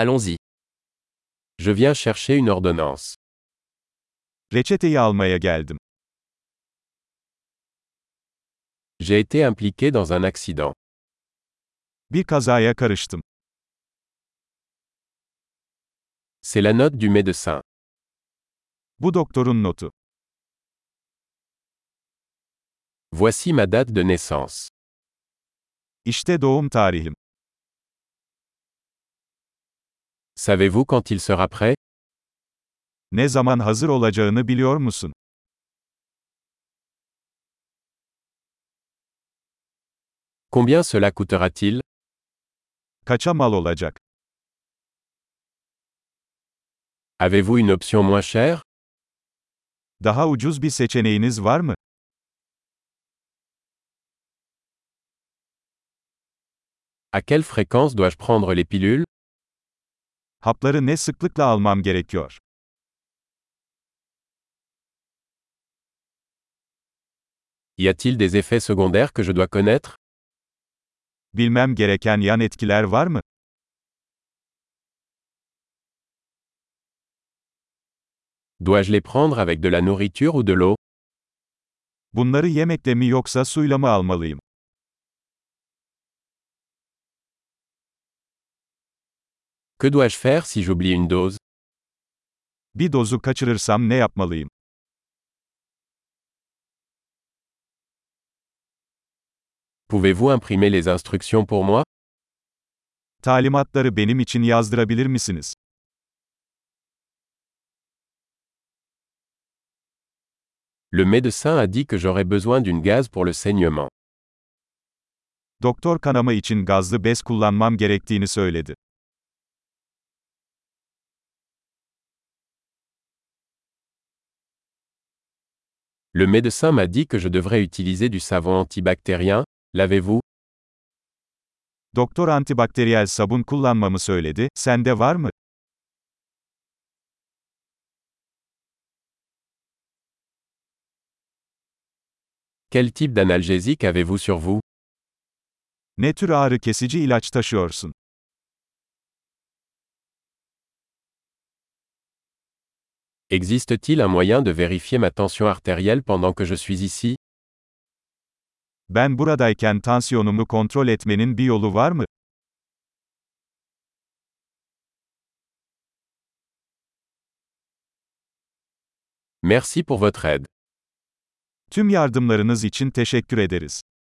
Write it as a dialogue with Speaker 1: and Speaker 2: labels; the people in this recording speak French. Speaker 1: Allons-y. Je viens chercher une ordonnance.
Speaker 2: Reçeteyi almaya geldim.
Speaker 1: J'ai été impliqué dans un accident.
Speaker 2: Bir kazaya karıştım.
Speaker 1: C'est la note du médecin.
Speaker 2: Bu doktorun notu.
Speaker 1: Voici ma date de naissance.
Speaker 2: İşte doğum tarihim.
Speaker 1: Savez-vous quand il sera prêt
Speaker 2: Ne zaman hazır olacağını biliyor musun?
Speaker 1: Combien cela coûtera-t-il
Speaker 2: Kaça mal olacak?
Speaker 1: Avez-vous une option moins chère
Speaker 2: Daha ucuz bir seçeneğiniz var mı?
Speaker 1: À quelle fréquence dois-je prendre les pilules
Speaker 2: Hapları ne sıklıkla almam gerekiyor?
Speaker 1: Y a-t-il des effets secondaires que je dois connaître
Speaker 2: Bilmem gereken yan etkiler var mı?
Speaker 1: Dois-je les prendre avec de la nourriture ou de l'eau
Speaker 2: Bunları yemekle mi yoksa suyla mı almalıyım?
Speaker 1: Que dois-je faire si j'oublie une dose
Speaker 2: Bir dozu kaçırırsam ne yapmalıyım?
Speaker 1: Pouvez-vous imprimer les instructions pour moi
Speaker 2: Talimatları benim için yazdırabilir misiniz?
Speaker 1: Le médecin a dit que j'aurais besoin d'une gaz pour le saignement.
Speaker 2: Doktor kanama için gazlı bez kullanmam gerektiğini söyledi.
Speaker 1: Le médecin m'a dit que je devrais utiliser du savon antibactérien. L'avez-vous
Speaker 2: Doktor antibakteriyel sabun kullanmamı söyledi, sende var mı?
Speaker 1: Quel type d'analgésique avez-vous sur vous
Speaker 2: Ne tür ağrı kesici ilaç taşıyorsun?
Speaker 1: Existe-t-il un moyen de vérifier ma tension artérielle pendant que je suis ici
Speaker 2: Ben buradayken tansiyonumu kontrol etmenin bir yolu var mı?
Speaker 1: Merci pour votre aide.
Speaker 2: Tüm yardımlarınız için teşekkür ederiz.